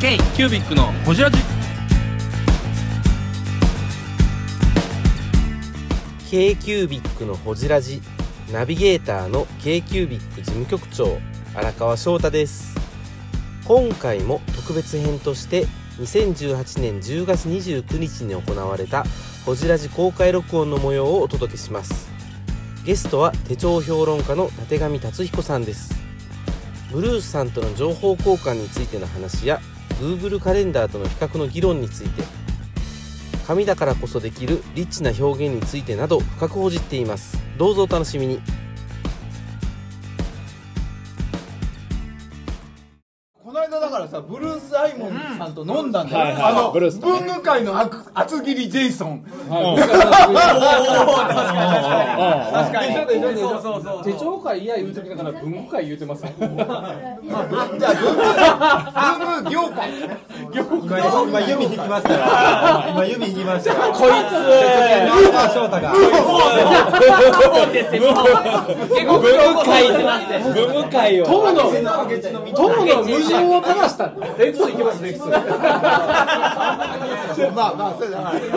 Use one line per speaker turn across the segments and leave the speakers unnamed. ケイキュービックのホジラジ
ー k q u b i c のほじラジナビゲーターの k q b i c 事務局長荒川翔太です今回も特別編として2018年10月29日に行われたほじラジ公開録音の模様をお届けしますゲストは手帳評論家の立上達彦さんですブルースさんとの情報交換についての話や Google カレンダーとの比較の議論について紙だからこそできるリッチな表現についてなど深くほじっていますどうぞお楽しみに
この間だからさブルース・アイモンさんと飲んだんだよ、
はいはい
あの
ブルースとね
文具界の厚厚切りジェイソン
確かに
そうそうそうそう
手帳会嫌言う時だから文具会言うてますね
じゃあ文具文具業界
今指引きますから今指引きましたこいつ翔太が
文具会を
友の友の矛盾を正したレクスいきますレクス
まあまあそうじゃないじ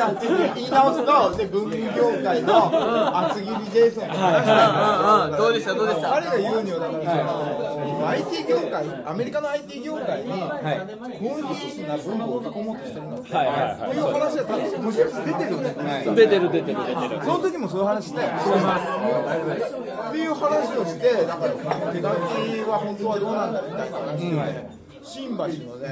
ゃあ言い直すとで文具業界の厚切りジェイソン
どうでしたどうでした
彼が言うにはだから、IT 業界アメリカの IT 業界に、コンビニな文化を囲もうとしてるんだって、
はいはい
こういうお話は多分もしかして出てるよね、
出てる出てる出てる
その時もそういう話したよっていう話をしてだから手書きは本当はどうなんだみたいな話で、新橋のね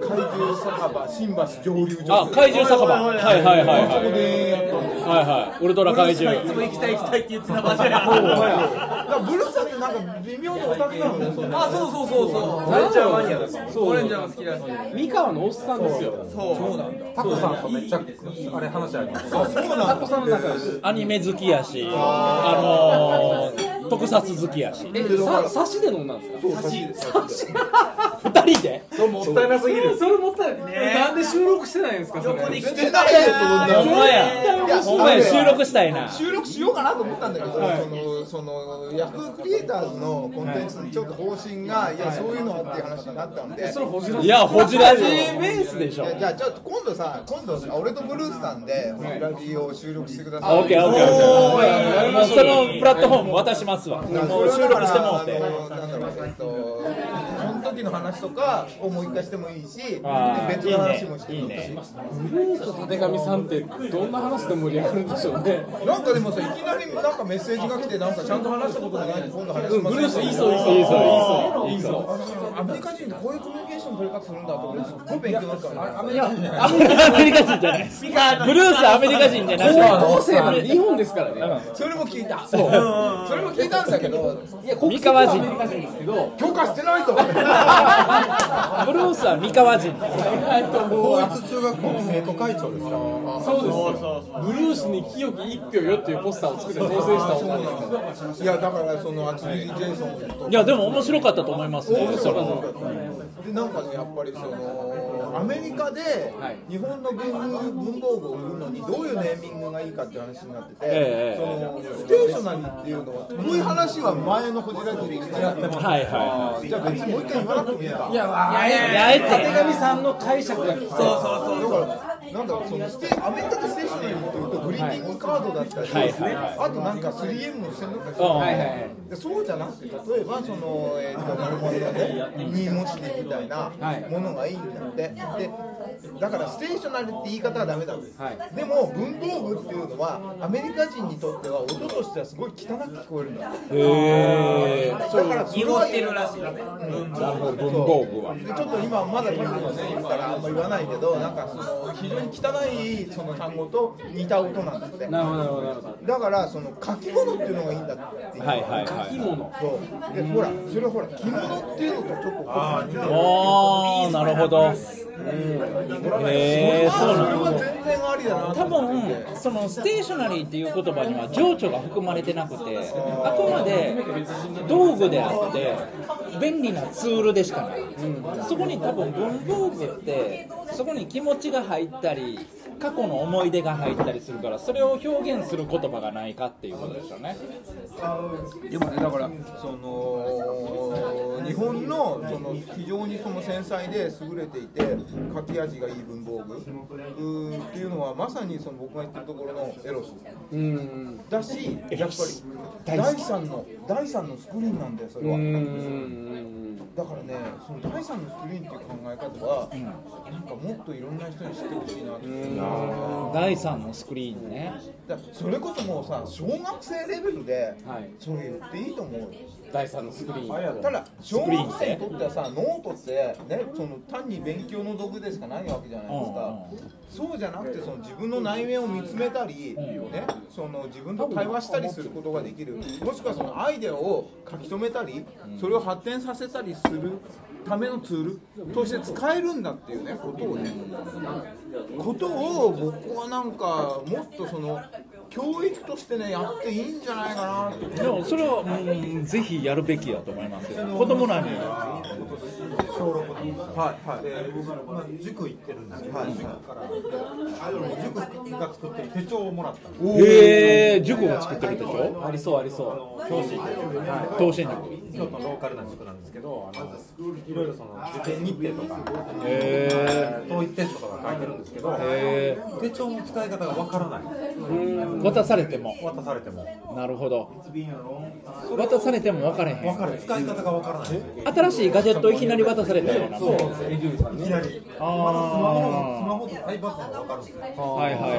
怪獣酒場新橋上流所
あ怪獣酒場はいはいはいはい
そこでやったんだよ
はいはいウルトラ怪獣
行きたい行きたいって言ってた場所や
だからブルースさんってなんか微妙なオタクなのねその
あそうそうそうそう
オレンジャー
マニアだからオレンジャーも好きだし
三河のおっさんですよ
そうなんだ
タコさんとめっちゃあれ話ありますあそうなんだタコさんの仲良し
アニメ好きやしあのー特撮好きやし
えさ差しで飲んだんですか
二人で
それもったいないなんで収録してないんですかそれ
来てないよそんな
ほんまやほんまや収録したいな
収録しようかなと思ったんだけど、そのそのヤフークリエイターズのコンテンツにちょっと方針が、い、やそういうのはっていう話になったんで、
ほじら
いやホジラジベースでしょ
いやじゃあちょっと今度さ今度俺とブルースさんでホジラジを収録してください。
オッケーオッケーオッケーもうそのプラットフォーム渡しますわもう収録してもうて
あのなんだろうえっとその時の話とかをもう一回してもいいし、別
あー
の話もしてもいいし。
いいねいいね
たてがみさんってどんな話で盛り上がるんでしょうね
なんかでもさいきなりなんかメッセージが来てなんかちゃんと話したことがないんで今度話します。ブルースいいそういいそう
いいぞいいぞいいぞ
アメリカ人ってこういうコミュニケーションの取り方するんだと思ってすっごい勉強になったからね。アメリカ人じゃ
アメリカ人じゃないブルースアメリカ人じゃない
高校生まで日本ですからね
それも聞いた。そう。それも聞いたんだけど、
いや国
三
籍
河
は
人
アメリカ人ですけど
許可してないと思って。
ブルースは三河人
公立中学校の生徒会長ですから。
そうですよブルースに清き一票よっていうポスターを作って当選した女ですから
いやだからその厚切りジェイソンと
いやでも面白かったと思いますよ
面
そ
白
れ
か
も
ったでなんかねやっぱりそのアメリカで日本の文具文房具を売るのにどういうネーミングがいいかっていう話になってて、
ええ
そのステーショナリーっていうのはこういう話は前のこじらじで一回やってます
はいは
じゃあ別にもう一回言わなくてもいいか
いやえて
さんの解釈が
そうそうそう
だからなんだろうそのステアメリカでステーショナリーっていうとグリーティングカードだったり、
はいはいはい
あとなんか 3M の付箋だったりする
うん
でそうじゃなくて例えばその、えー、とマルコレに文字でみたいなものがいいんだって、でだからステーショナルって言い方はダメだんです、でも文房具っていうのはアメリカ人にとっては音としてはすごい汚く聞こえるんだって
へ
だ
ー
からそれ
濁
は
ってるらしいね
文
房具は
でちょっと今まだ文具のね言うからあんま言わないけどなんかその非常に汚いその単語と似た音なんだって
なるほどなるほどなるほど
だからその書き物っていうのがいいんだって
はいはいは
着
い
物
そうでほらそれはほら着物っていうのとちょっとあ似てる
おーなるほどへえ
そ
そ
れ
うな
は
んだ
全然ありだなと
多
思って
分そのステーショナリーっていう言葉には情緒が含まれてなくてあくまで道具であって便利なツールでしかない、そこに多分文房具ってそこに気持ちが入ったり過去の思い出が入ったりするからそれを表現する言葉がないかっていうことでしょうね
でもねだからその日本のその非常にその繊細で優れていて書き味がいい文房具うーっていうのはまさにその僕が言ってるところのエロスだしやっぱり第三の第三のスクリーンなんだよそれは。だからね、その第三のスクリーンっていう考え方は、なんかもっといろんな人に知ってほしいなって
第3のスクリーンね
だからそれこそもうさ、小学生レベルで、
はい
それ言っていいと思うよ。
第三のスクリーン
ただ、小学生にとってはさ、ノートって、ね、その単に勉強の道具でしかないわけじゃないですか。そうじゃなくて、その自分の内面を見つめたり、ね、その自分と対話したりすることができる。もしくはそのアイデアを書き留めたり、それを発展させたりするためのツールとして使えるんだっていうね、ことをね。ことを僕はなんかもっとその教育としてねやっていいんじゃないかなって
でもそれは、うん、ぜひやるべきやと思いますよ子供らに
小6の
はいはい、え
まあ、塾行ってるんですけど、
はい
塾から、あの塾が作ってる手帳をもらったんですよ
へえ塾が作ってるでしょ
ありそうありそ
教師っていう、はい
東進塾
京都ローカルな塾なんですけど、あのいろいろその受験日程とか、
へえ
統一テストとか書いてるんですけど、
へ
手帳の使い方がわからない、
渡されても
渡されても、
なるほど渡されても分からへ
わ
ん
かる使い方がわからない、い
新しいガジェットいきなり渡されたようなもん
きなり、まだスマホのスマホと iPad もわかるんですよ。
はいはいはい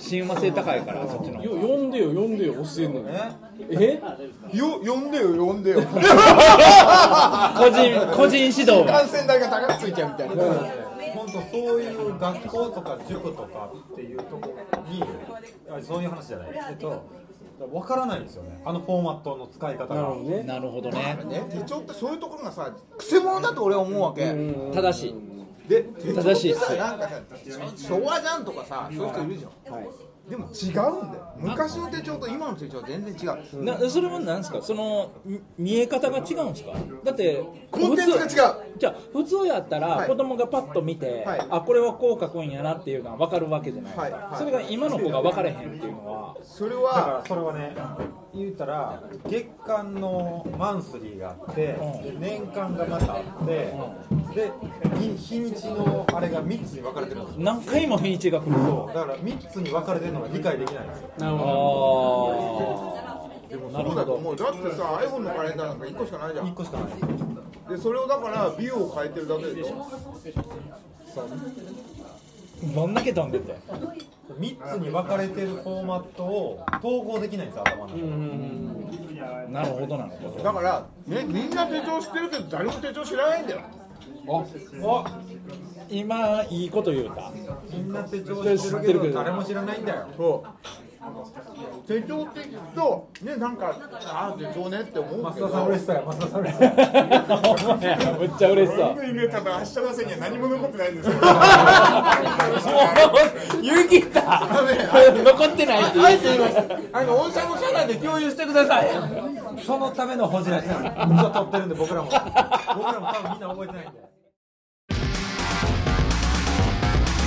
親和性高いからそっちの
うよ呼んでよ呼んでよ教えんのにえ
よ呼んでよ呼んでよ
個人個人指導
感染代が高くついちゃうみたいな
本当そういう学校とか塾とかっていうところにあそういう話じゃないえっとわからないんですよねあのフォーマットの使い方が
なるほどね
ね手帳ってそういうところがさくせ者だと俺は思うわけ
正しい
で手帳っ
正しい
て
っす
さなんかさ昭和じゃんとかさそういう人いるじゃん、でも違うんだよ昔の手帳と今の手帳は全然違う
なそれは何ですかそのみ見え方が違うんですかだって
コンテンツが違う
じゃあ普通やった
は
ら
い
子供がパッと見て、
はい
あこれはこう書くんやなっていうのは分かるわけじゃないですか、
はいはい
それが今の子が分かれへんっていうのは
それ
だから
は
それはね言うたら月間のマンスリーがあって
う
年間がまたあってで日日にちのあれが3つに分かれてるんですよ
何回も日にちが来るぞ
そうだから3つに分かれてるのが理解できないんですよ
あ
でもそうだと思うだってさ iPhone のカレンダーなんか1個しかないじゃん
1個しかない
でそれをだからビューを変えてるだけでしょ
ーどんだけ飛んでて
3つに分かれてるフォーマットを統合できないんですよ頭の中で
なるほどなるほど
だから、ね、みんな手帳知ってるけど誰も手帳知らないんだよ
今いいこと言うた
みんな手帳知ってるけど誰も知らないんだよ
そう手帳って聞くとねなんかああ手帳ねって思うけ
増
ど
田さん嬉しそうや増田さん嬉しそうや
ほんまやめっちゃ嬉しそ
今
う
ね、多分明日の朝には何も残ってないん ですよ。
言い切った残ってないって言い切った
あの御社の社内で共有してください
そのためのほじらしなんです嘘取ってるんで僕らも僕らも多分みんな覚えてないんで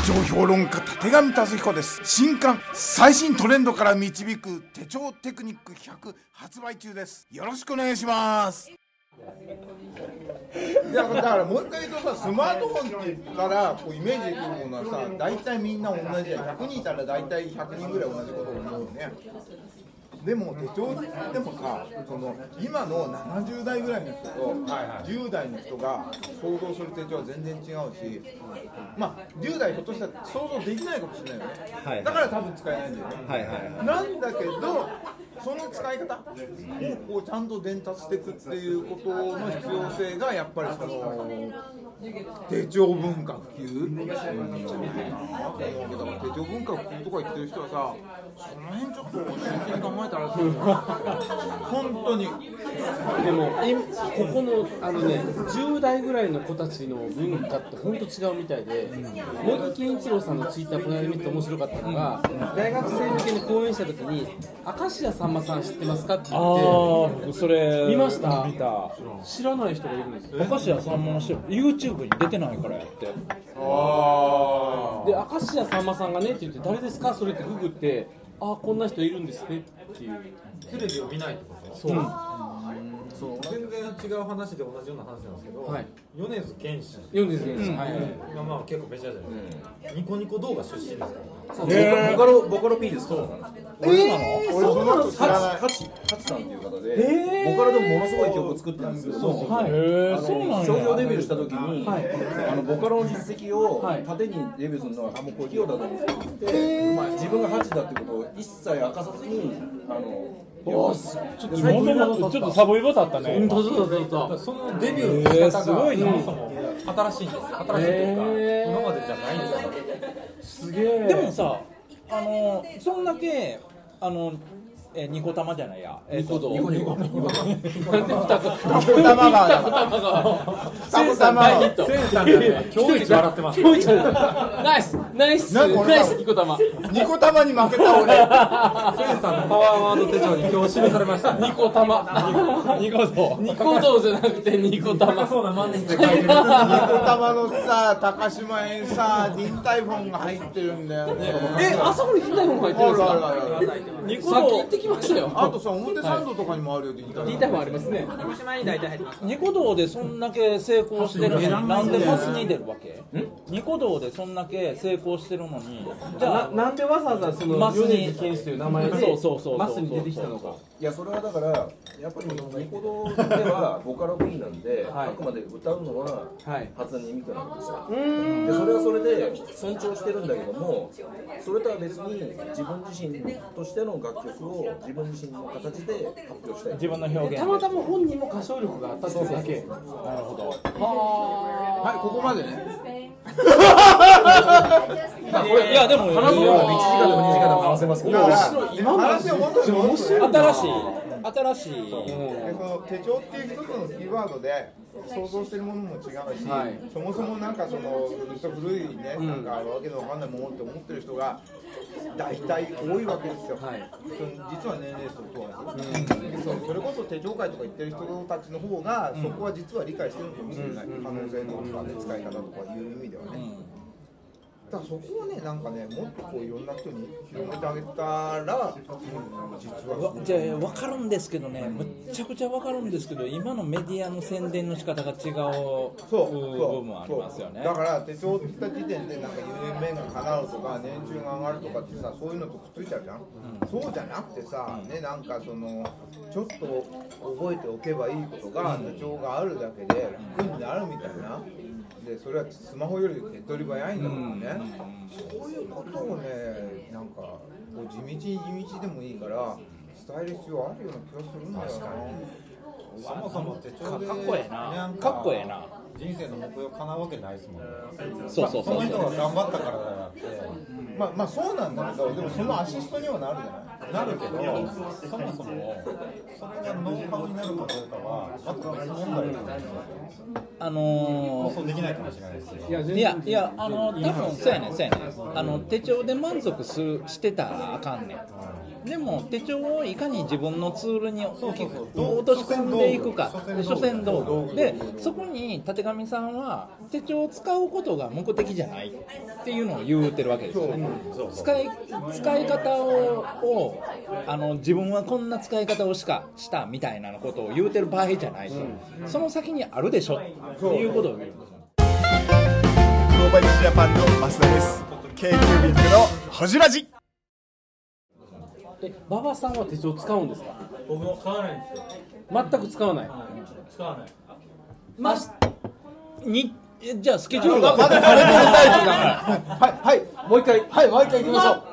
手帳評論家立上達彦です。新刊最新トレンドから導く手帳テクニック100発売中です。よろしくお願いします。
いやだからもう一回言うとさスマートフォンって言ったらこうイメージできるものはさ大体みんな同じや100人いたら大体100人ぐらい同じことを思うよねでも手帳でもさその今の70代ぐらいの人と10代の人が想像する手帳は全然違うしまあ10代ひょっとしたら想像できないかもしれないよね、
はい
だから多分使えないんだよね、
はいはいはい
なんだけど、その使い方をこうちゃんと伝達していくっていうことの必要性がやっぱりその手帳文化普及うんだから手帳文化普及とか言ってる人はさ、その辺ちょっとこう真剣に考えたらどうかな本当に。
でも今ここのあのね10代ぐらいの子たちの文化って本当違うみたいで茂木健一郎さんのツイッターこの間見て面白かったのが大学生向けに講演した時に「明石家さんまさん知ってますか?」って言
あ
って
ー僕それ
見ました
見た
知らない人がいるんですよ
明石家さんまの人 YouTube に出てないからやって
で明石家さんまさんがねって言って「誰ですか?」それってググって「ああこんな人いるんですね」っていう
テレビを見ないってこと
そう
全然違う話で同じような話なんですけど、
はい
米津玄師
読んでるんですね。はい。
まあまあ結構メジャーじゃないですか、ニコニコ動画出身ですから
ボカロボカロ P ですそう
俺その知らない
ハチさんっていう方で、ボカロでもものすごい曲を作ってるんですよ。
はい、へえそうなん
商業
や
デビューした時に、あのボカロの実績を縦にデビューするのは、あもうこれヒヨだと思って、まあ、自分がハチだってことを一切明かさずにあのちょっと最近なんか
ちょっとサボイボだったね今
そのデビューの仕方がそもそも新しいんですよ新しいというか、今までじゃないんですよ
でもさあのそんだけあのえニコ玉じゃないやえっとニコニコニコなんで二つ
玉川
玉が
タコ玉
大ヒ
は
ット。
今日一笑ってます
今日一ナイスナイス
なんか俺
ナイスニコ玉。
ニコ玉に負けた俺
センさんのパワーワード手帳に今日示されました
ニコ玉。
ニコと
ニコ動じゃなくてニコ玉。
そうな万年
ニ
筆
コ玉のさ高島園さ立体フォンが入ってるんだよね
え、朝掘り近い方が入って
あ
るんで
る
す
あ
か
るあるある
ニコ
先行
動
ってきましたよ。
あとさ表参道とかにもあるよ立体フ
言い
ォ
たいもありますね。
ニコ動でそんだけ成功してるのになんでパスに出るわけニコ動でそんだけ成功してるのにじゃあ
ななんでわざわざその
マスに
米津玄師という名前で
そうそうそう
マスに出てきたのか。
いやそれはだからやっぱりニコ動で はボカロ P なんで、
はい
あくまで歌うのは
はい。
初音ミクなんですよでそれはそれで尊重してるんだけどもそれとは別に自分自身としての楽曲を自分自身の形で発表したい
自分の表現
たまたま本人も歌唱力があったってだけ。
ンはいここ までね
これいやでも話そう
1時間でも2時間でも話せますけど
だから話を戻すと面白い
新しい新しい
でこの手帳っていう一つのキーワードで想像してるものも違うし、
はい
そもそもなんかそのずっと古いね、なんかわけのわかんないものって思ってる人が大体多いわけですよ、
はい
その実は年齢層問わず、そうそれこそ手帳会とか行ってる人たちの方が、そこは実は理解してるのかもしれない、可能性のお金使い方とかいう意味ではね、だからそこはねなんかねもっとこういろんな人に広めてあげたら、うん実は
わじゃあ分かるんですけどねむっちゃくちゃ分かるんですけど今のメディアの宣伝の仕方が違う
そう
部分もありますよね
そうだから手帳を切った時点でなんか有名が叶うとか年収が上がるとかってさそういうのとくっついちゃうじゃん、そうじゃなくてさ、ねなんかそのちょっと覚えておけばいいことが手帳があるだけで楽になるみたいな、でそれはスマホより手っ取り早いんだからね、そういうことをねなんかこう地道に地道でもいいから伝える必要あるような気がするんだよ
そもそも手帳で
かっこええなかっこええな
人生の目標叶うわけないですもんね
そうそう
そ
そう
の人
そう
が頑張ったからだよって
な、まあまあそうなんだけどでもそのアシストにはなるじゃない
なるけどそもそもそれがノウハウになるかどうかは全く別問題なんですよ
あの
放
ー
送できないかもしれないですけど
いやいやあの多分そうやねんそうやねんあの手帳で満足すしてたらあかんねんでも手帳をいかに自分のツールに大きく落とし込んでいくかで所詮道具でそこにたてがみさんは手帳を使うことが目的じゃないっていうのを言うてるわけですよね使い使い方ををあの自分はこんな使い方をしかしたみたいなことを言うてる場合じゃないと、その先にあるでしょっていうことを言うんです
グロ
よ
ーバリスジャパンの増田です k q b のほじらじ
え、馬場さんは手帳使うんですか。
僕も使わないんですよ。
全く使わない。
使わない。
まにえじゃあスケジュールが
まだ食べてる最中だから。はい、はい、もう一回、はい、もう一回行きましょう。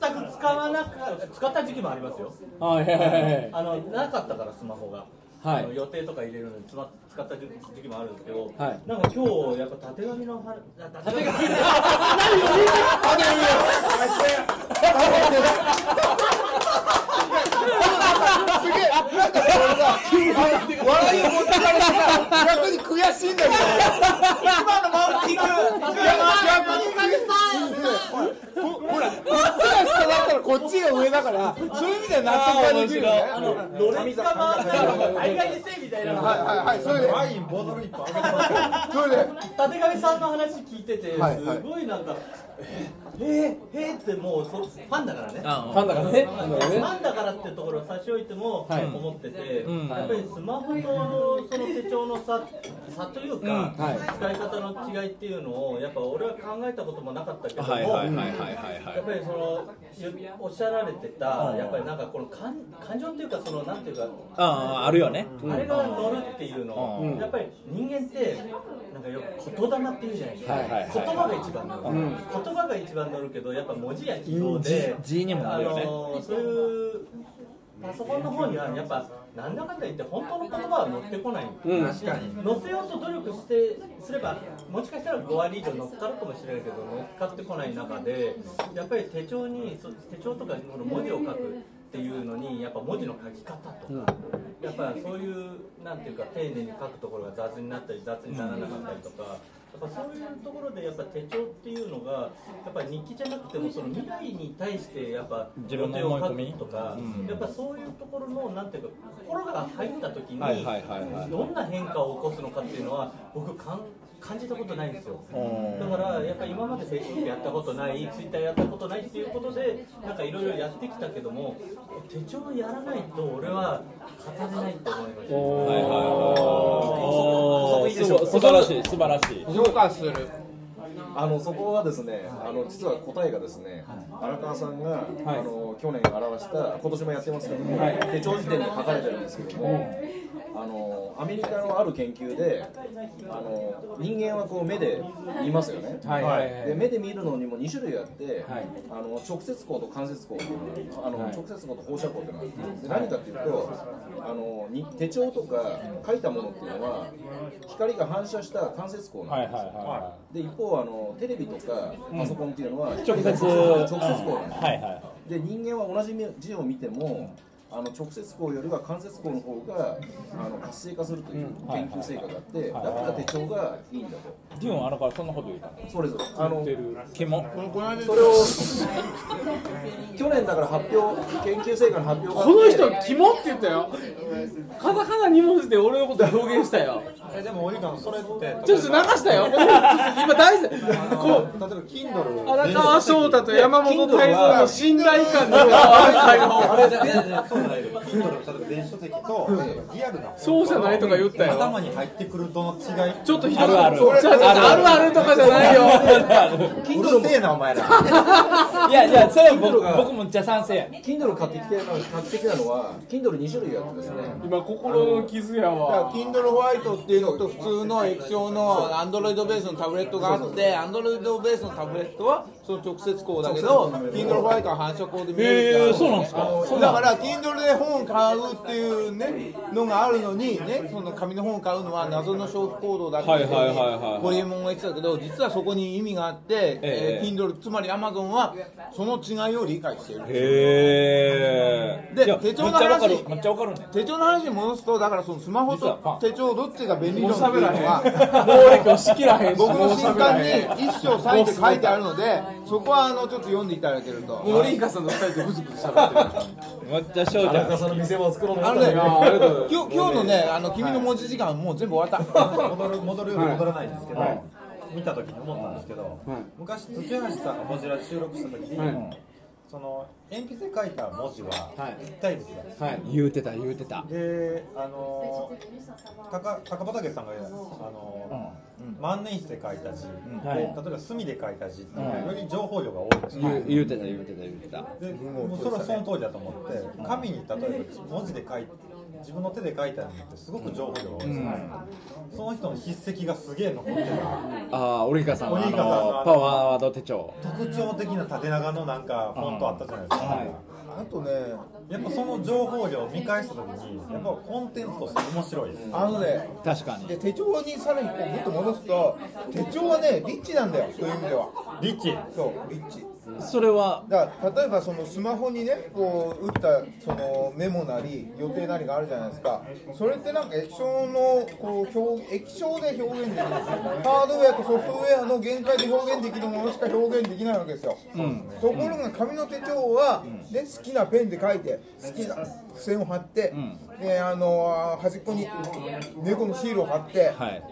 全く使わなかった。使った時期もありますよ。
はいはいはいはい。
あのなかったからスマホが。
はい
あの予定とか入れるのにつま使った時期もあるんですけど、
はい
なんか今日やっぱ縦紙の話縦紙
すげえ、なんかこれさ、笑いを持ってかれてさ、逆に悔しいんだけど。今のマウンティング、逆にほほら、こっちが下だったらこっちが上だから、そういう意味では納得ができるよね。
あのロレスが回らないのが大概ですみたいなの
はい
が。
はいはい、それで、
ワインボトル一本あげてますよ
それで、
縦紙さんの話聞いててす
はいはい
ごいなんか。へえへえってもうそファンだからねフ
ファンだからね。ファンだからね
ァンだからってところを差し置いても
はい
思ってて、
ん
やっぱりスマホとその手帳の差差というか、
うんはい
使い方の違いっていうのをやっぱ俺は考えたこともなかったけども、
はいはいはいはい
やっぱりそのゆおっしゃられてたやっぱりなんかこの感感情っていうかそのなんていうか
あああるよね
あれが乗るっていうの、
うん
やっぱり人間って、なんかよく言霊って言うじゃないですか、
はいはいはい
言葉が一番乗る、言葉が一番乗るけど、やっぱ文字や記号で、
字字にもなるよね
あのーそういうパソコンの方には、やっぱ、なんだかんだ言って、本当の言葉は乗ってこない、確かに乗せようと努力してすれば、もしかしたら5割以上乗っかるかもしれないけど、乗っかってこない中で、やっぱり手帳に、そ手帳とかこの文字を書く。っていうのにやっぱ文字の書き方とか、やっぱそういうなんていうか丁寧に書くところが雑になったり雑にならなかったりとか、やっぱそういうところでやっぱ手帳っていうのがやっぱ日記じゃなくてもその未来に対してやっぱ
自分の思い込み
予定を書くとか、やっぱそういうところのなんていうか心が入った時に、
はいはいはいはい
どんな変化を起こすのかっていうのは僕かん感じたことないんですよだからやっぱり今まで Facebook やったことないツイッターやったことないっていうことでなんかいろいろやってきたけども手帳やらないと俺は語れないと思いました
はいはいはいすごい素晴らしい素晴らしい
評価する
あのそこはですね、あの実は答えがですね、荒川さんが、あの去年表した今年もやってますけども、手帳辞典に書かれてるんですけども、あのアメリカのある研究で、あの人間はこう目で見ますよね。
はいはいはい
で目で見るのにも2種類あって、
はい
あの直接光と間接光っていうのがあの、直接光と放射光っていうのがあってで何かっていうとあのに手帳とか書いたものっていうのは光が反射した間接光なんですよ。
は
で一方あのテレビとかパソコンっていうのは、
直接
直接光なんですよ、
はいはい
で人間は同じ字を見てもあの直接光よりは間接光の方があの活性化するという研究成果があって、
はい
だから手帳がいいんだと、
デューンあのからそんなこと言うたの
それぞれあの
ケモ
それを去年だから発表研究成果の発表があって
この人、キモって言ったよ。カタカナ2文字で俺のこと表現したよ。
えでもお時間それって
ちょっと流したよ。この人今大事だ。こう。
例えば Kindle を
荒川翔太と山本泰造の信頼感のある会話
じゃあじゃあそうなんだけど Kindle 例えば電子書籍とリアルな
そうじゃないとか言ったよ
頭に入ってくるどの違い
ちょっとひどい
あるある
そう違う違うあるあるとかじゃないよ
うるせえなお前ら
いやいやそれは
ル
僕
が
僕もじゃ賛成や
Kindle 買ってきて買ってきたのは Kindle2 種類あってですね
今心の傷や
だから
わ
Kindle ホワイトっていうのと普通の液晶の Android ベースのタブレットがあって Android ベースのタブレットはその直接光だけど Kindle ホワイトは反射光で見える
へ
から
えそうなんですか
だから Kindle で本を買うっていうねのがあるのにねその紙の本を買うのは謎の消費行動だっていうふうに
はいはいはいはい
ホリエモンが言ってたけど実はそこに意味があって、
え
え
え
ー Kindle つまり Amazon はその違いを理解している
へえ
で
いや
手帳の
めっちゃわかる
話
めっちゃわかるね
手帳の話に戻すとだからそのスマホ
実はファ
と
ン
手帳どっちが便利な
も
の
う
かってい
喋
うの
らへ
は
んもう俺今日しきらへんし
僕
もう
の新
喋ら
刊
へ
に
ん
一章割いて書いてあるのでそこはあのちょっと読んでいただけると
森川さんの二人でブツブツ喋ってる
めっちゃ翔ちゃん
その店を作ろう
あのね
やありがとうございま
今日今日のねあの君の文字時間もう全部終わった
戻る戻るより戻らないんですけど、見た時に思ったんですけど、昔土橋さんがこちら収録した時に、その鉛筆で書いた文字は
はい
一体物なんですよ、
はい言うてた言うてた
であの高高畑さんが言うあの、万年筆で書いた字、
はい
例えば墨で書いた字っていうのはより情報量が多いですね、
言う言うてた言うてた言うてた
でもうそれはその通りだと思って紙に例えば文字で書いて自分の手で書いたのってすごく情報量が多いですね、その人の筆跡がすげえ残ってる
あ あー、折川さんのあ
折川さんの
のパワーワード手帳
特徴的な縦長のなんかフォントあったじゃないですか、
あとね
やっぱその情報量を見返した時にやっぱコンテンツとして面白いです、
あのね
確かに
で手帳にさらにこうグッと戻すと手帳はねリッチなんだよそういう意味では
リッチ
そうリッチ
それは
だから例えばそのスマホにねこう打ったそのメモなり予定なりがあるじゃないですかそれってなんか液晶のこう表液晶で表現できるんですよハードウェアとソフトウェアの限界で表現できるものしか表現できないわけですよ、ところが紙の手帳は、ね、好きなペンで書いて好きな付箋を貼って、ねあのー端っこに猫のシールを貼って、
はい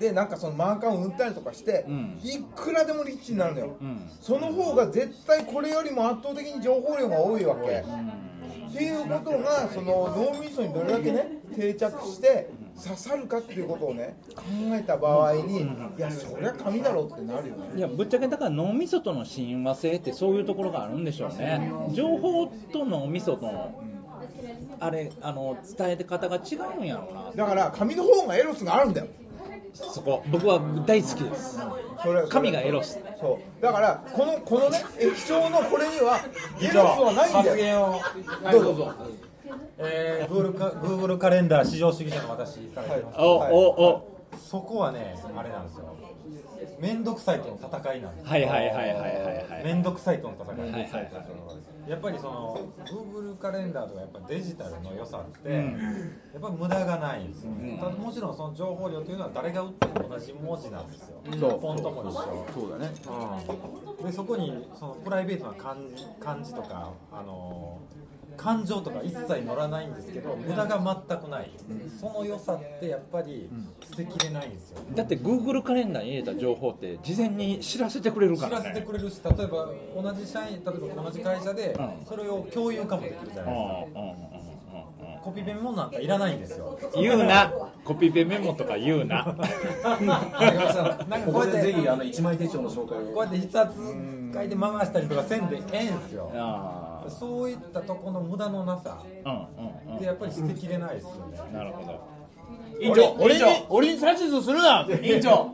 でなんかそのマーカーを塗ったりとかして、
ん
いくらでもリッチになるのよ、
ん
その方が絶対これよりも圧倒的に情報量が多いわけ、っていうことがその脳みそにどれだけね定着して刺さるかっていうことをね考えた場合に、いやそりゃ紙だろうってなるよね
いやぶっちゃけだから脳みそとの親和性ってそういうところがあるんでしょうね情報と脳みそとのあれあの伝え方が違うんやろうな
だから紙の方がエロスがあるんだよ
そこ僕は大好きです
それ
神がエロス
そうだからこのこのね液晶のこれにはエロスはないんだよ
を
どうぞ
えー、Google, か Google カレンダー至上主義者の私から言います
おおお
そこはねあれなんですよ面倒くさいとの戦いなんです
はいはいはいはいはいはい
面倒くさいとの戦い
はいはいはい
やっぱりその Google カレンダーとかやっぱデジタルの良さって、やっぱり無駄がないんですよ、ただもちろんその情報量というのは誰が打っても同じ文字なんですよ、
そう
フォントも一緒
そうだね
うんでそこにそのプライベートな感じ感じとか、あのー感情とか一切乗らないんですけど無駄が全くない、その良さってやっぱり捨てきれないんですよ、
だって Google カレンダーに入れた情報って事前に知らせてくれるか
知
ら
らせて
ね
くれるし例えば同じ社員例えば同じ会社で
うん
それを共有化もできるじゃ
う
ない
ん
で
うんう
すか、
んうん
コピペもなんかいらないんですよ。
うん 言うなコピペメモとか言うな
なんか
こ
こ
こ
うや
でぜ
って、
ひあの一枚手帳の紹介
こう
を
やって筆圧書いて回したりとかせんでええんすよ。
あ
そういったとこの無駄のなさ
ーうんうん
でやっぱり捨てきれないですよね。
うんなるほど
俺に俺に指図するな
委員長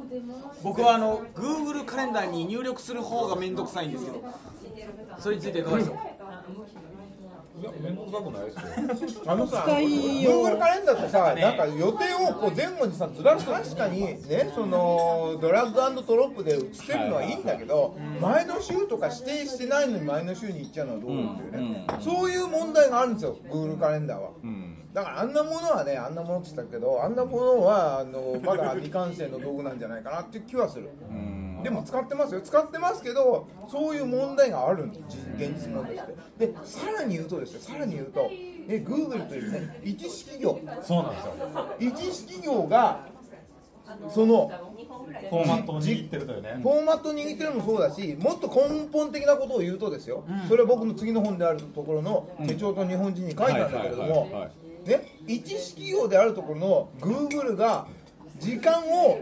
僕はあの Google カレンダーに入力する方が面倒くさいんですけどそれについていかがでしょう
いや面倒くさくないですよ。
あのさ、
使いよう
Google カレンダーってさ、なんか予定をこう前後にさずらす確かにね、そのドラッグトロップで移せるのはいいんだけど、前の週とか指定してないのに前の週に行っちゃうのはどうなんだよね。そういう問題があるんですよ、Google カレンダーは。だからあんなものはね、あんなものって言ったけど、あんなものはあのまだ未完成の道具なんじゃないかなっていう気はする。でも使ってますよ使ってますけどそういう問題があるんです現実問題としてでさらに言うとですよさらに言うとえ Google というね一式業
そうなんですよ。
一式業がその
フォーマットを握ってるというね
フ。ォーマット握ってるのもそうだしもっと根本的なことを言うとですよ、それは僕の次の本であるところの手帳と日本人に書いたんだけれど
はいはいはいは
もね一式業であるところの Google が時間を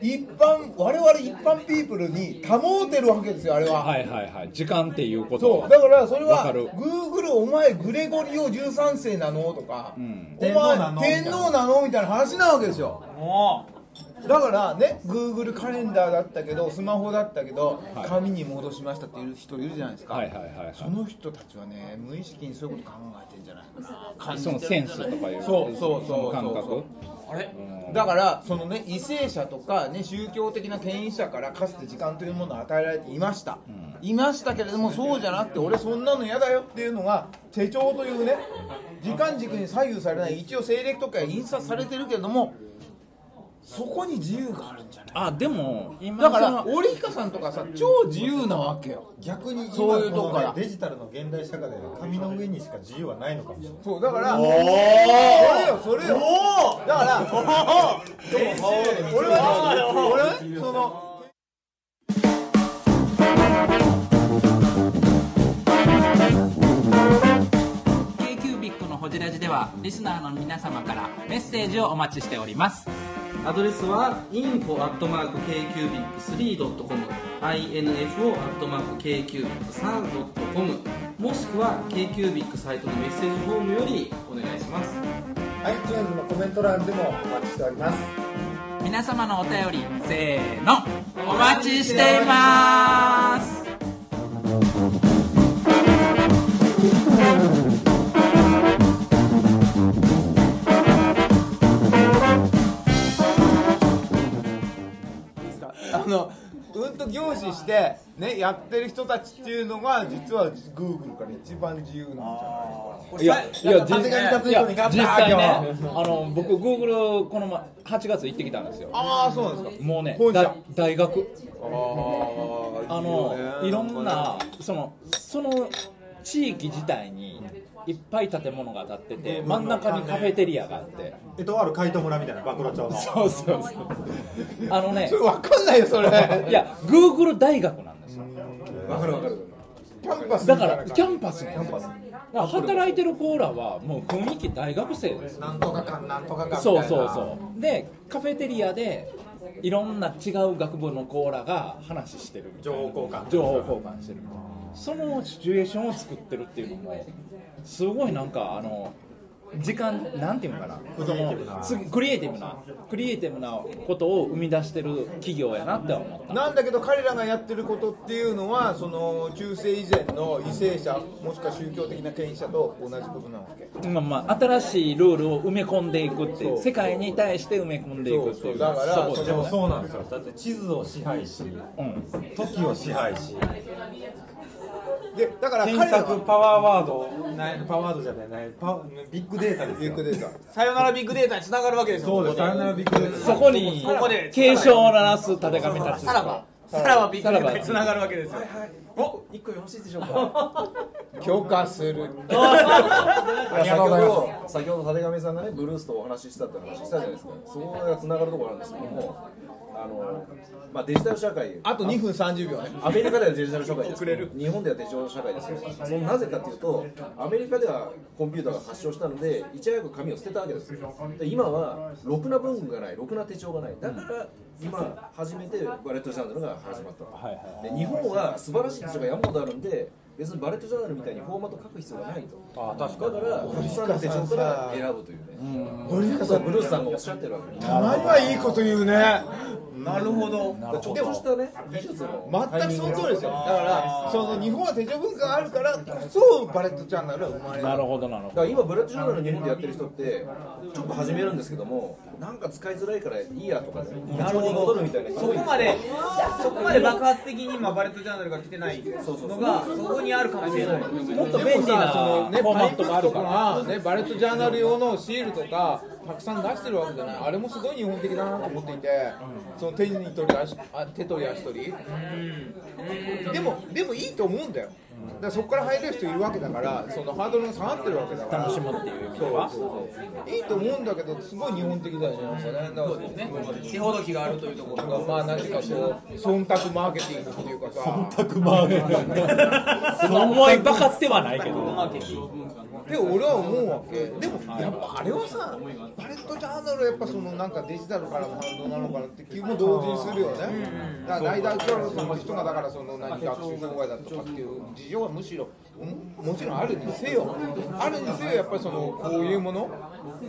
一般我々一般ピープルに保てるわけですよあれは。
はいはいはい時間っていうこと
そ
は
うだからそれ
わ
は
か
「グ
る
ーグルお前グレゴリオ13世なの?」とか「
ん
お前
天皇なの
天皇なの?」みたいな話なわけですよだからねグーグルカレンダーだったけどスマホだったけど、紙に戻しましたっていう人いるじゃないですか、
はいはいはいはい
その人たちはね無意識にそういうこと考えてんじゃないかな感じ
そのセンスとかいう
そうそうそう
の感覚
あれだからそのね為政者とかね宗教的な権威者からかつて時間というものを与えられていました、いましたけれどもそうじゃなくて俺そんなの嫌だよっていうのが手帳というね時間軸に左右されない一応政暦とか印刷されてるけれどもそこに自由があるんじゃない
あでも今
だか
そ
ら
の
織彦さんとかさ超自由なわけよ
逆に今
そういうとこ
こ
から
の、ね、デジタルの現代社会では紙の上にしか自由はないのかもしれない。
そうだからそれよそれよだから俺はね俺はねその
k q b i c のホジラジではリスナーの皆様からメッセージをお待ちしております
アドレスは info.kcubic3.com info.kcubic3.com もしくは KQBIC サイトのメッセージフォームよりお願いします
iTunes のコメント欄でもお待ちしております。
皆様のお便りせーのお待ちしています
あのうんと凝視して、ね、やってる人たちっていうのが実は Google から一番自由なんじゃない
いや、いや、実
縦が立つように頑張った
実際ね、あの、僕、グーグル、このま、8月行ってきたんですよ。
ああそうなんですか
もうね
本社
だ大学
あ
あのいろんなそのその地域自体にいっぱい建物が建ってて真ん中にカフェテリアがあって
えとある怪盗村みたいな暴露町の
そうそうそうあのね
分かんないよそれ
いや Google 大学なんですよ
わかるわかる
キャンパス
だからキャンパスなんですよだから働いてるコーラはもう雰囲気大学生です
なんとかかんなんとかかみたい
そ
な
うそうそうでカフェテリアでいろんな違う学部のコーラが話してるみたいな
情報交換
情報交換してるそのシチュエーションを作ってるっていうのもすごいなんかあの時間なんていうのかなそのすクリエイティブなクリエイティブなことを生み出してる企業やなって思った
なんだけど彼らがやってることっていうのはその中世以前の為政者もしくは宗教的な権威者と同じことなわけ
まあまあ、新しいルールを埋め込んでいくっていう世界に対して埋め込んでいくっていう
だから
こ
でもそうなんですよだって地図を支配し時を支配し
でだから彼
検
ら
索
は
パワーワードないパワーワードじゃないないパビッグデータです
ビ
よ
ッグデータ
さよならビッグデータに繋がるわけですよ
そうですさよならビッグデータ
そこに
ここで
警鐘を鳴らすたてがみたち
さらばさらばビッグデータに繋がるわけですよ
許可する
いや先ほど先ほどたてがみさんがねブルースとお話ししたって話したじゃないですかそこがつながるところなんですけどもあの、まあ、デジタル社会
あと2分30秒ね
アメリカではデジタル社会ですけど日本では手帳社会ですけどそのなぜかというとアメリカではコンピューターが発祥したのでいち早く紙を捨てたわけですよで今はろくな文具がないろくな手帳がないだから今初めてバレットジャーナルが始まったので日本は素晴らしい手帳が山ほどあるんで別にバレットジャーナルみたいにフォーマット書く必要がないとあ確かだから堀さんの手帳から選ぶというね堀川さんブルースさんがおっしゃってるわけ
たまにはいいこと言うねなるほど
ちょっとしたね技術の
全くその通りですよだからその日本は手帳文化があるからそうバレットチャンネルは生まれ
な
た
るほどなる
だから今ブラッドジャーナル日本でやってる人ってちょっと始めるんですけどもなんか使いづらいからいいやとかね手帳に戻るみたいな人
そ
多い
こまでそこまで爆発的に今バレットジャーナルが来てないのがそこにあるかもしれない
ほどもっと便利な
そのね
フォーマットがある
パイプとか
から
ねバレットジャーナル用のシールとかたくさん出してるわけじゃないあれもすごい日本的だなと思っていて、その手に取り足あ手取り足取り、
でもでもいいと思うんだよだからそこから入れる人いるわけだからそのハードルが下がってるわけだから
楽しむっていう意味ではい
いと思うんだけどすごい日本的だよねなんかねだから
手ほどきがあるというところ
まあ何かこう忖度マーケティングっていうかさ
思いばかってはないけど
で俺は思うわけでもやっぱあれはさバレットジャーナルはやっぱそのなんかデジタルからの反動なのかなって気も同時にするよねだから大学からの人がだからその何学習障害だとかっていう事情はむしろんもちろんあるにせよあるにせよやっぱりそのこういうもの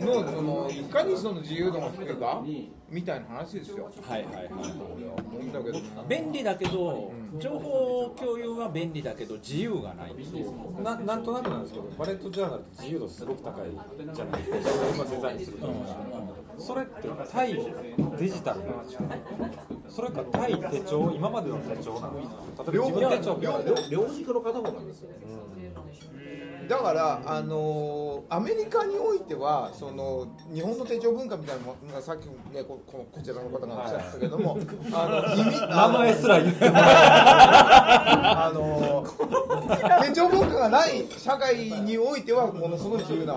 のそのいかにその自由度が低いかみたいな話ですよ
はいはいはい
俺は思うんだけどな
便利だけど情報共有は便利だけど自由がない
ななんとなくなんですけどバレットジャーナルって自由度すごく高いじゃないですか今デザインするとそれって対デジタルなんですよねそれか対手帳今までの手帳なのか例えば自分手帳みたいな
両軸の片方なんですよね
だから、あのーアメリカにおいてはその日本の手帳文化みたいなものがさっき、ね、こここちらの方がおっしゃってたけど も、あの意味
名前すら言っ ても
あのー手帳文化がない社会においてはものすごい自由な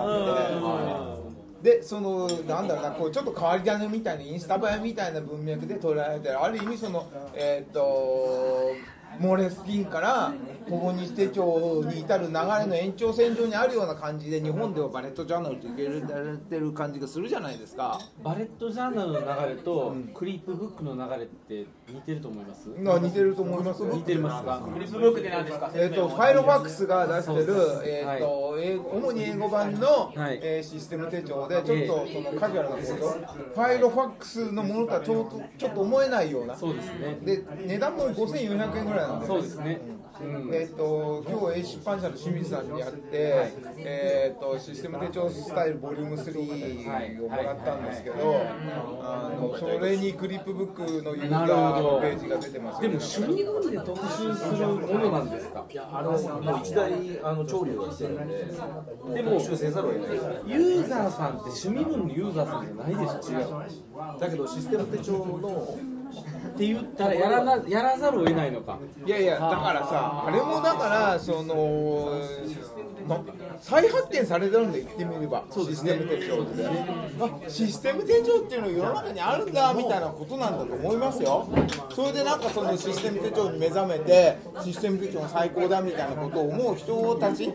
わけで。でそのなんだろうなこうちょっと変わり種みたいなインスタ映えみたいな文脈で捉えられてるある意味そのえーっ、とモレスキンからここに手帳に至る流れの延長線上にあるような感じで日本ではバレットジャーナルと受け入れられてる感じがするじゃないですか
バレットジャーナルの流れとクリープブックの流れって似てると思います
な似てると思います
似てますか
フリップブックって何ですか
えー、とファイロファックスが出してる、え
は
ー
い
と英語主に英語版の、
はい
えーシステム手帳でちょっとそのカジュアルなことファイロファックスのものとはちょっとちょっと思えないような
そうですね
で値段も5400円ぐらいなんで
そうですねうん
えー、と今日、A 出版社の清水さんにやって、えー、とシステム手帳スタイルボリューム3をもらったんですけど、あのそれにクリップブックのユーザーのページが出てます
でも種類ごとで特集するものなんですか
あのもう一大あの潮流が来てるんで
でも
特集せざるを得ない
ユーザーさんって趣味分のユーザーさんじゃないでしょ違う
だけどシステム手帳の
って言ったらやらなやらざるを得ないのか
いやいやだからさあれもだからそのな再発展されたので言ってみれば、システム手帳って、あシステム手帳っていうの世の中にあるんだみたいなことなんだと思いますよそれでなんかそのシステム手帳に目覚めてシステム手帳が最高だみたいなことを思う人たち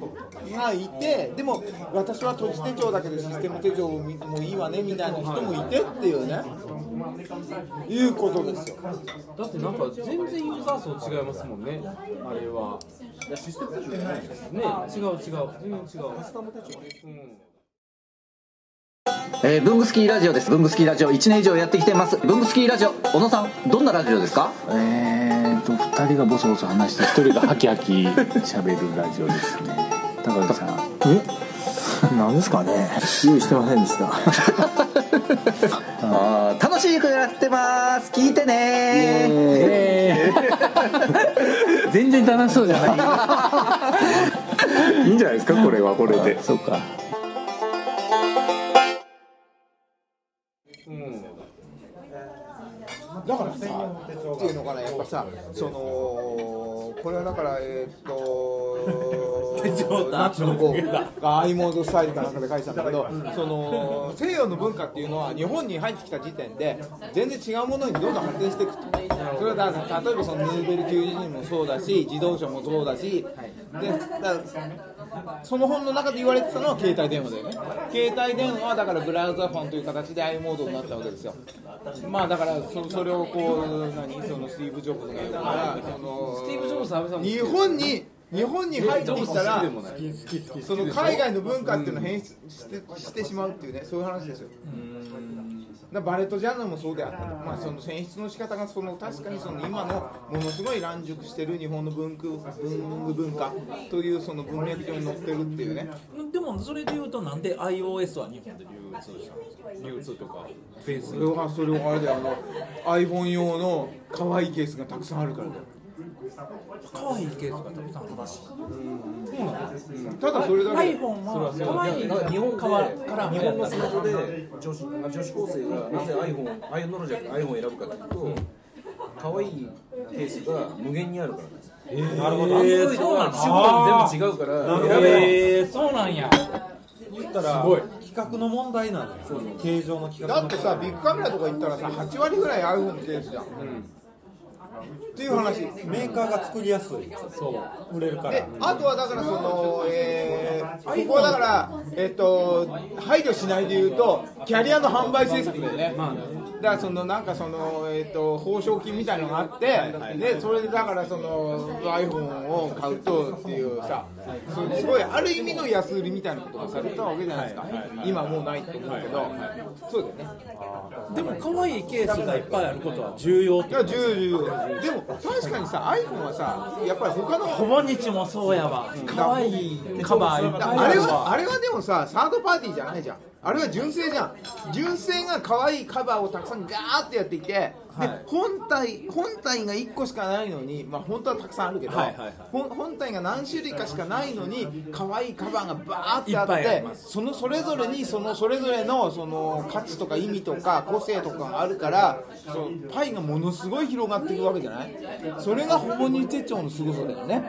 がいてでも私は閉じ手帳だけどシステム手帳もいいわねみたいな人もいてっていうねいうことですよ
だってなんか全然ユーザー層違いますもんねあれはシステム手帳ね違う違う全然違う
えー、ブングスキーラジオですブングスキーラジオ1年以上やってきてますブングスキーラジオ小野さんどんなラジオですかえーと2人がボソボソ話して1人がハキハキ喋るラジオですね高橋さんえなんですかね用意してませんでした あー楽しい曲やってます聞いてね全然楽しそうじゃないいいんじゃないですかこれはこれでそうか
だからさっていうのかなやっぱさそのこれはだからえーっ と夏の子がアイモードスタイルかなんかで書いてたんだけどその西洋の文化っていうのは日本に入ってきた時点で全然違うものにどんどん発展していくとそれはだから例えばそのヌーベル求人もそうだし自動車もそうだしでだからその本の中で言われてたのは携帯電話だよね携帯電話はだからブラウザフォンという形で i モードになったわけですよまあだからそそれをこう何そのスティーブ・ジョブズが言うからその
スティーブ・ジョブズ安倍さんも
日本に日本に入ってきたらその海外の文化っていうのを変質してしてしまうっていうねそういう話ですよだからバレットジャーナルもそうであったと、まあ、その選出の仕方がその確かにその今のものすごい乱熟してる日本の文具文具文化というその文脈上に載ってるっていうね
でもそれで言うとなんで iOS は日本で流通したんですか流通とかフェイス
それはそれはあれだよあの iPhone 用の可愛いケースがたくさんあるからだよ
可愛いケースがたくさんあります
ただそれだけ
iPhone は可愛いの
日本で
から
日本のスマホで女子あ女子高生がなぜ iPhone、アイノロジャック iPhone を選ぶかというと、可愛いケースが無限にあるからなんです。なるほど。えー、そうなの。種類全部違うから選べない。
えー、そうなんや
言ったら企画の問題なんだよ形状の企画
だ
の
ってさビッグカメラとか行ったらさ8割ぐらい iPhone のケースじゃん、っていう話
メーカーが作りやすいそう売れるから
であとはだからその、えー、ここはだから、えっと配慮しないで言うとキャリアの販売政策だよね、だからそのなんかその、えっと報奨金みたいのがあって、でそれでだからその iPhone を買うとっていうさそすごいある意味の安売りみたいなことがされたわけじゃないですか、今もうないと思うけど、そうだよね
でも可愛いケースがいっぱいあることは重要
いや重々でも確かにさ iPhone はさやっぱり他の
ほぼ日もそうやわ可愛いカバーいっぱい
あ
あ
れ
る
は
わ
あれはでもさサードパーティーじゃないじゃんあれは純正じゃん純正が可愛いカバーをたくさんガーってやっていて、で本体本体が1個しかないのにまあ本当はたくさんあるけど、ほん本体が何種類かしかないのに可愛いカバーがバーってあって
いっぱいありま
そのそれぞれにそのそれぞれのその価値とか意味とか個性とかがあるからそうパイがものすごい広がっていくわけじゃないそれがほぼ日手帳のすごさだよね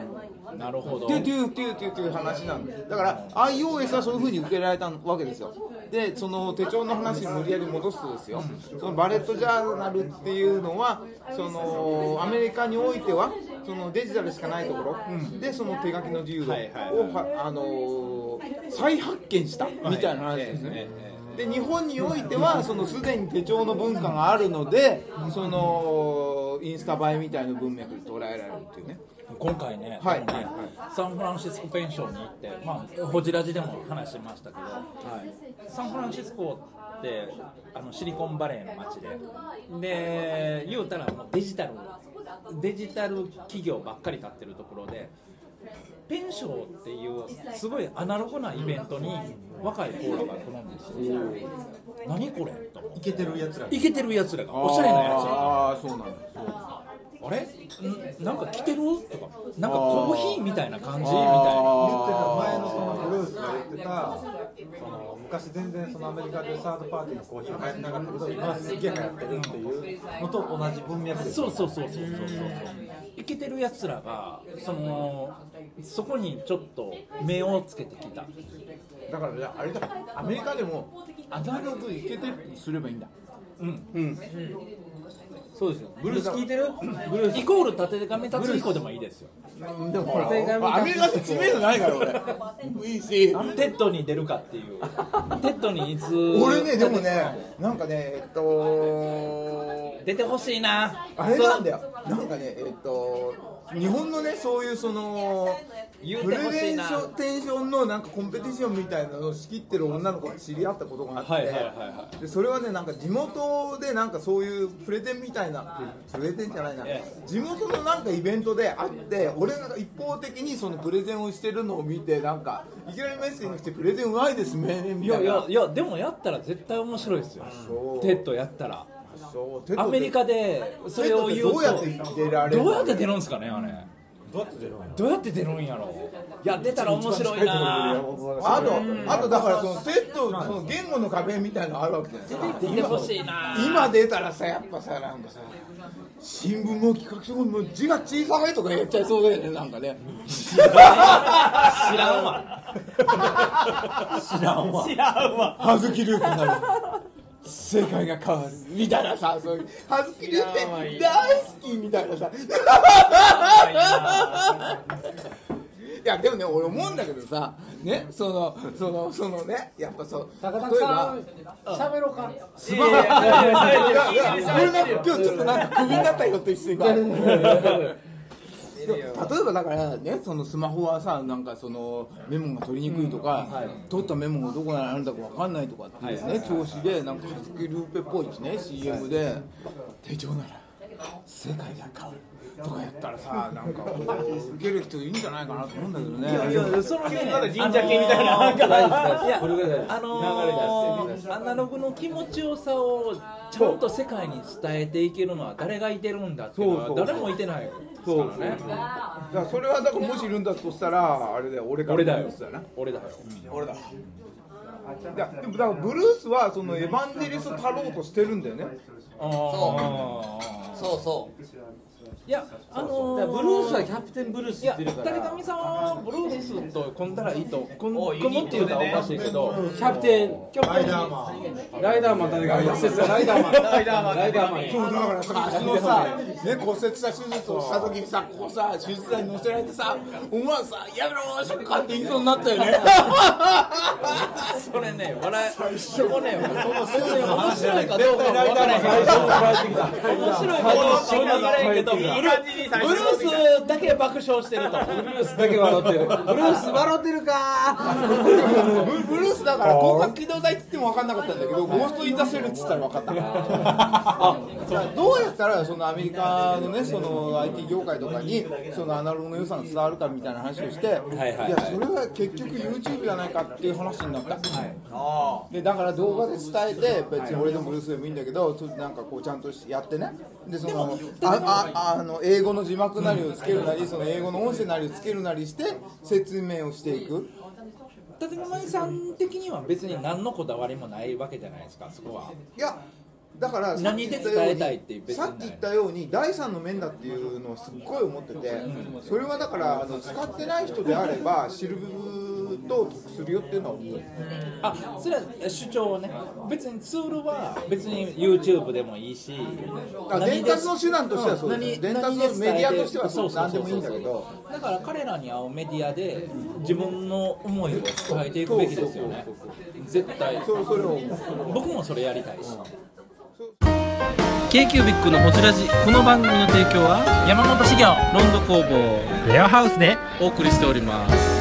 なるほど
っていうっていうっていうっていうっていう話なんですだから iOS はそういうふうに受けられたわけですよでその手帳の話に無理やり戻すとですよそのバレットジャーナルっていうのはそのアメリカにおいてはそのデジタルしかないところ、でその手書きの自由度を、はあのー再発見したみたいな話ですね、で日本においてはそのすでに手帳の文化があるのでそのインスタ映えみたいな文脈で捉えられるっていうね
今回ね、
はい
でもね
はい
サンフランシスコペンションに行って、まあ、ホジラジでも話しましたけど、サンフランシスコってあのシリコンバレーの街で、で言うたらもうデジタル、デジタル企業ばっかり立ってるところで、ペンションっていうすごいアナログなイベントに若い子らが来るんですよ。何これと思って
いけてるやつら
イケてるやつらが、おしゃれなやつらが。
ああそうなんです
あれんなんか着てるとかなんかコーヒーみたいな感じみたいな
言ってた前のそのブルースが言ってたその昔全然そのアメリカでサードパーティーのコーヒーが流行ってなかったけど今はすっげえ流行ってるっていうのと同じ文脈です
そうそうそうそうそうそういけてるやつらがそのそこにちょっと目をつけてきた
だからねあれだアメリカでもアナログいけてるってすればいいんだ
うん
うんそうですよブルース聞いてるブルース
イコール縦紙立つ彦でもいいですよ
でもほら
手紙
アメリカで知名度ないから俺いいし
テッドに出るかっていうテッドにいつ
俺ねでもねなんかねえっと
出てほしいな
あれなんだよなんかねえっと日本のねそういうその
言う
プ
て
レ
ほし
ベ
い
ンシ
な
ョンテンションのなんかコンペティションみたいなのを仕切ってる女の子と知り合ったことがあって、
はいはいはいは
でそれはねなんか地元でなんかそういうプレゼンみたいなプレゼンじゃないな
え
地元のなんかイベントであって俺が一方的にそのプレゼンをしてるのを見てなんかいきなりメッセージに来てプレゼンうまいですね
い
みた
や
い
いや
ない
やでもやったら絶対面白いですよ
そう
テッドやったら
そうテッド
アメリカでそれを言うと
どうやって出られる
どうやって出るんですかねあれ
どうやって出るの
どうやって出るんやろいや出たら面白いな
あとあとだからそのテッドその言語の壁みたいなのあるわけじゃないですか
出てほしいな
今出たらさやっぱさなんかさ新聞も企画書も字が小さいとか言っちゃいそうだよねなんかね
知らんわ
知らんわ
知らんわ
葉月ループになる世界が変わるみたいなさそういう葉月ループって大好きみたいなさいやでもね俺思うんだけどさねそのそのそのねやっぱそう例えば
喋ろうか
素晴らしいいやいや俺なんか今日ちょっとなんかクビになったよと一瞬が例えばだからねそのスマホはさなんかそのメモが取りにくいとか、取ったメモがどこにあるんだかわかんないとかってですね、調子でなんかハズキルーペっぽいですね CM で、手帳なら世界が変わるとかやったらさなんか受ける人いるんじゃないかなと思うんだけどね
そのね
神社系みたいななんか
いやあのー、アナログの気持ちよさをちゃんと世界に伝えていけるのは誰がいてるんだっていうのは誰もいてないそうからね
だからそれはだからもしいるんだとしたらあれだよ俺から
俺だよ
見てたな
俺だよ
俺だいやでもだからブルースはそのエヴァンジェリストたろうとしてるんだよね
ああ
そうそ
いやあの
だからブルースはキャプテンブルース
いや、
言ってるから
誰かみさんはブルースと組んだらいいと、組む組むっていうのはおかしいけど、
キャプテン
キャプテン
ライダーマン誰かライダーマンライダーマンライダーマン
そうだからさ足のさ、ね、骨折した手術をした時にさこうさ手術台に乗せられてさ思わずさ「やめろショッカー」って言いそうになったよね
それね、笑い、そこね、そこね面白いかどう
絶
かも
対ライ
分
ダ
か
ー
ら
マ
へん
ン
けど
最
面白いかど
初に帰ってきた
うか分からへんけど、ブルースブルースだけ爆笑してると。
だけ笑ってるブルース笑ってるか
ブブルースだから広角機動隊って言っても分かんなかったんだけどゴースト・イン・ザ・セルって言ったら分 かったからどうやったらそのアメリカのねその IT 業界とかにそのアナログの予算が伝わるかみたいな話をして、い
はいはい
やそれは結局 YouTube じゃないかっていう話になった、でだから動画で伝えて別に俺でもブルースでもいいんだけどちょっとなんかこうちゃんとやってねでそのあああの英語の字幕なりをつけるなりその英語の音声なりをつけるなりして説明をしていく
立沼さん的には別に何のこだわりもないわけじゃないですか、そこは。
いやだからさっき
何
言
で
ったよう
伝え
に
たいって別に
さっき言ったように第三の面だっていうのをすっごい思っててそれはだからあの使ってない人であれば知る部分と得するよっていうのは思う
あそれは主張をね別にツールは別に YouTube でもいいし
だから伝達の手段としてはそうですよ
ん
伝達の
何
メディアとしては
そうそう
何で
そう
もいいんだけど
だから彼らに合うメディアで自分の思いを伝えていくべきですよね絶対
それそれを思う
僕もそれやりたいし
k q b i c のほじラジこの番組の提供は山本資源ロンド工房レアハウスでお送りしております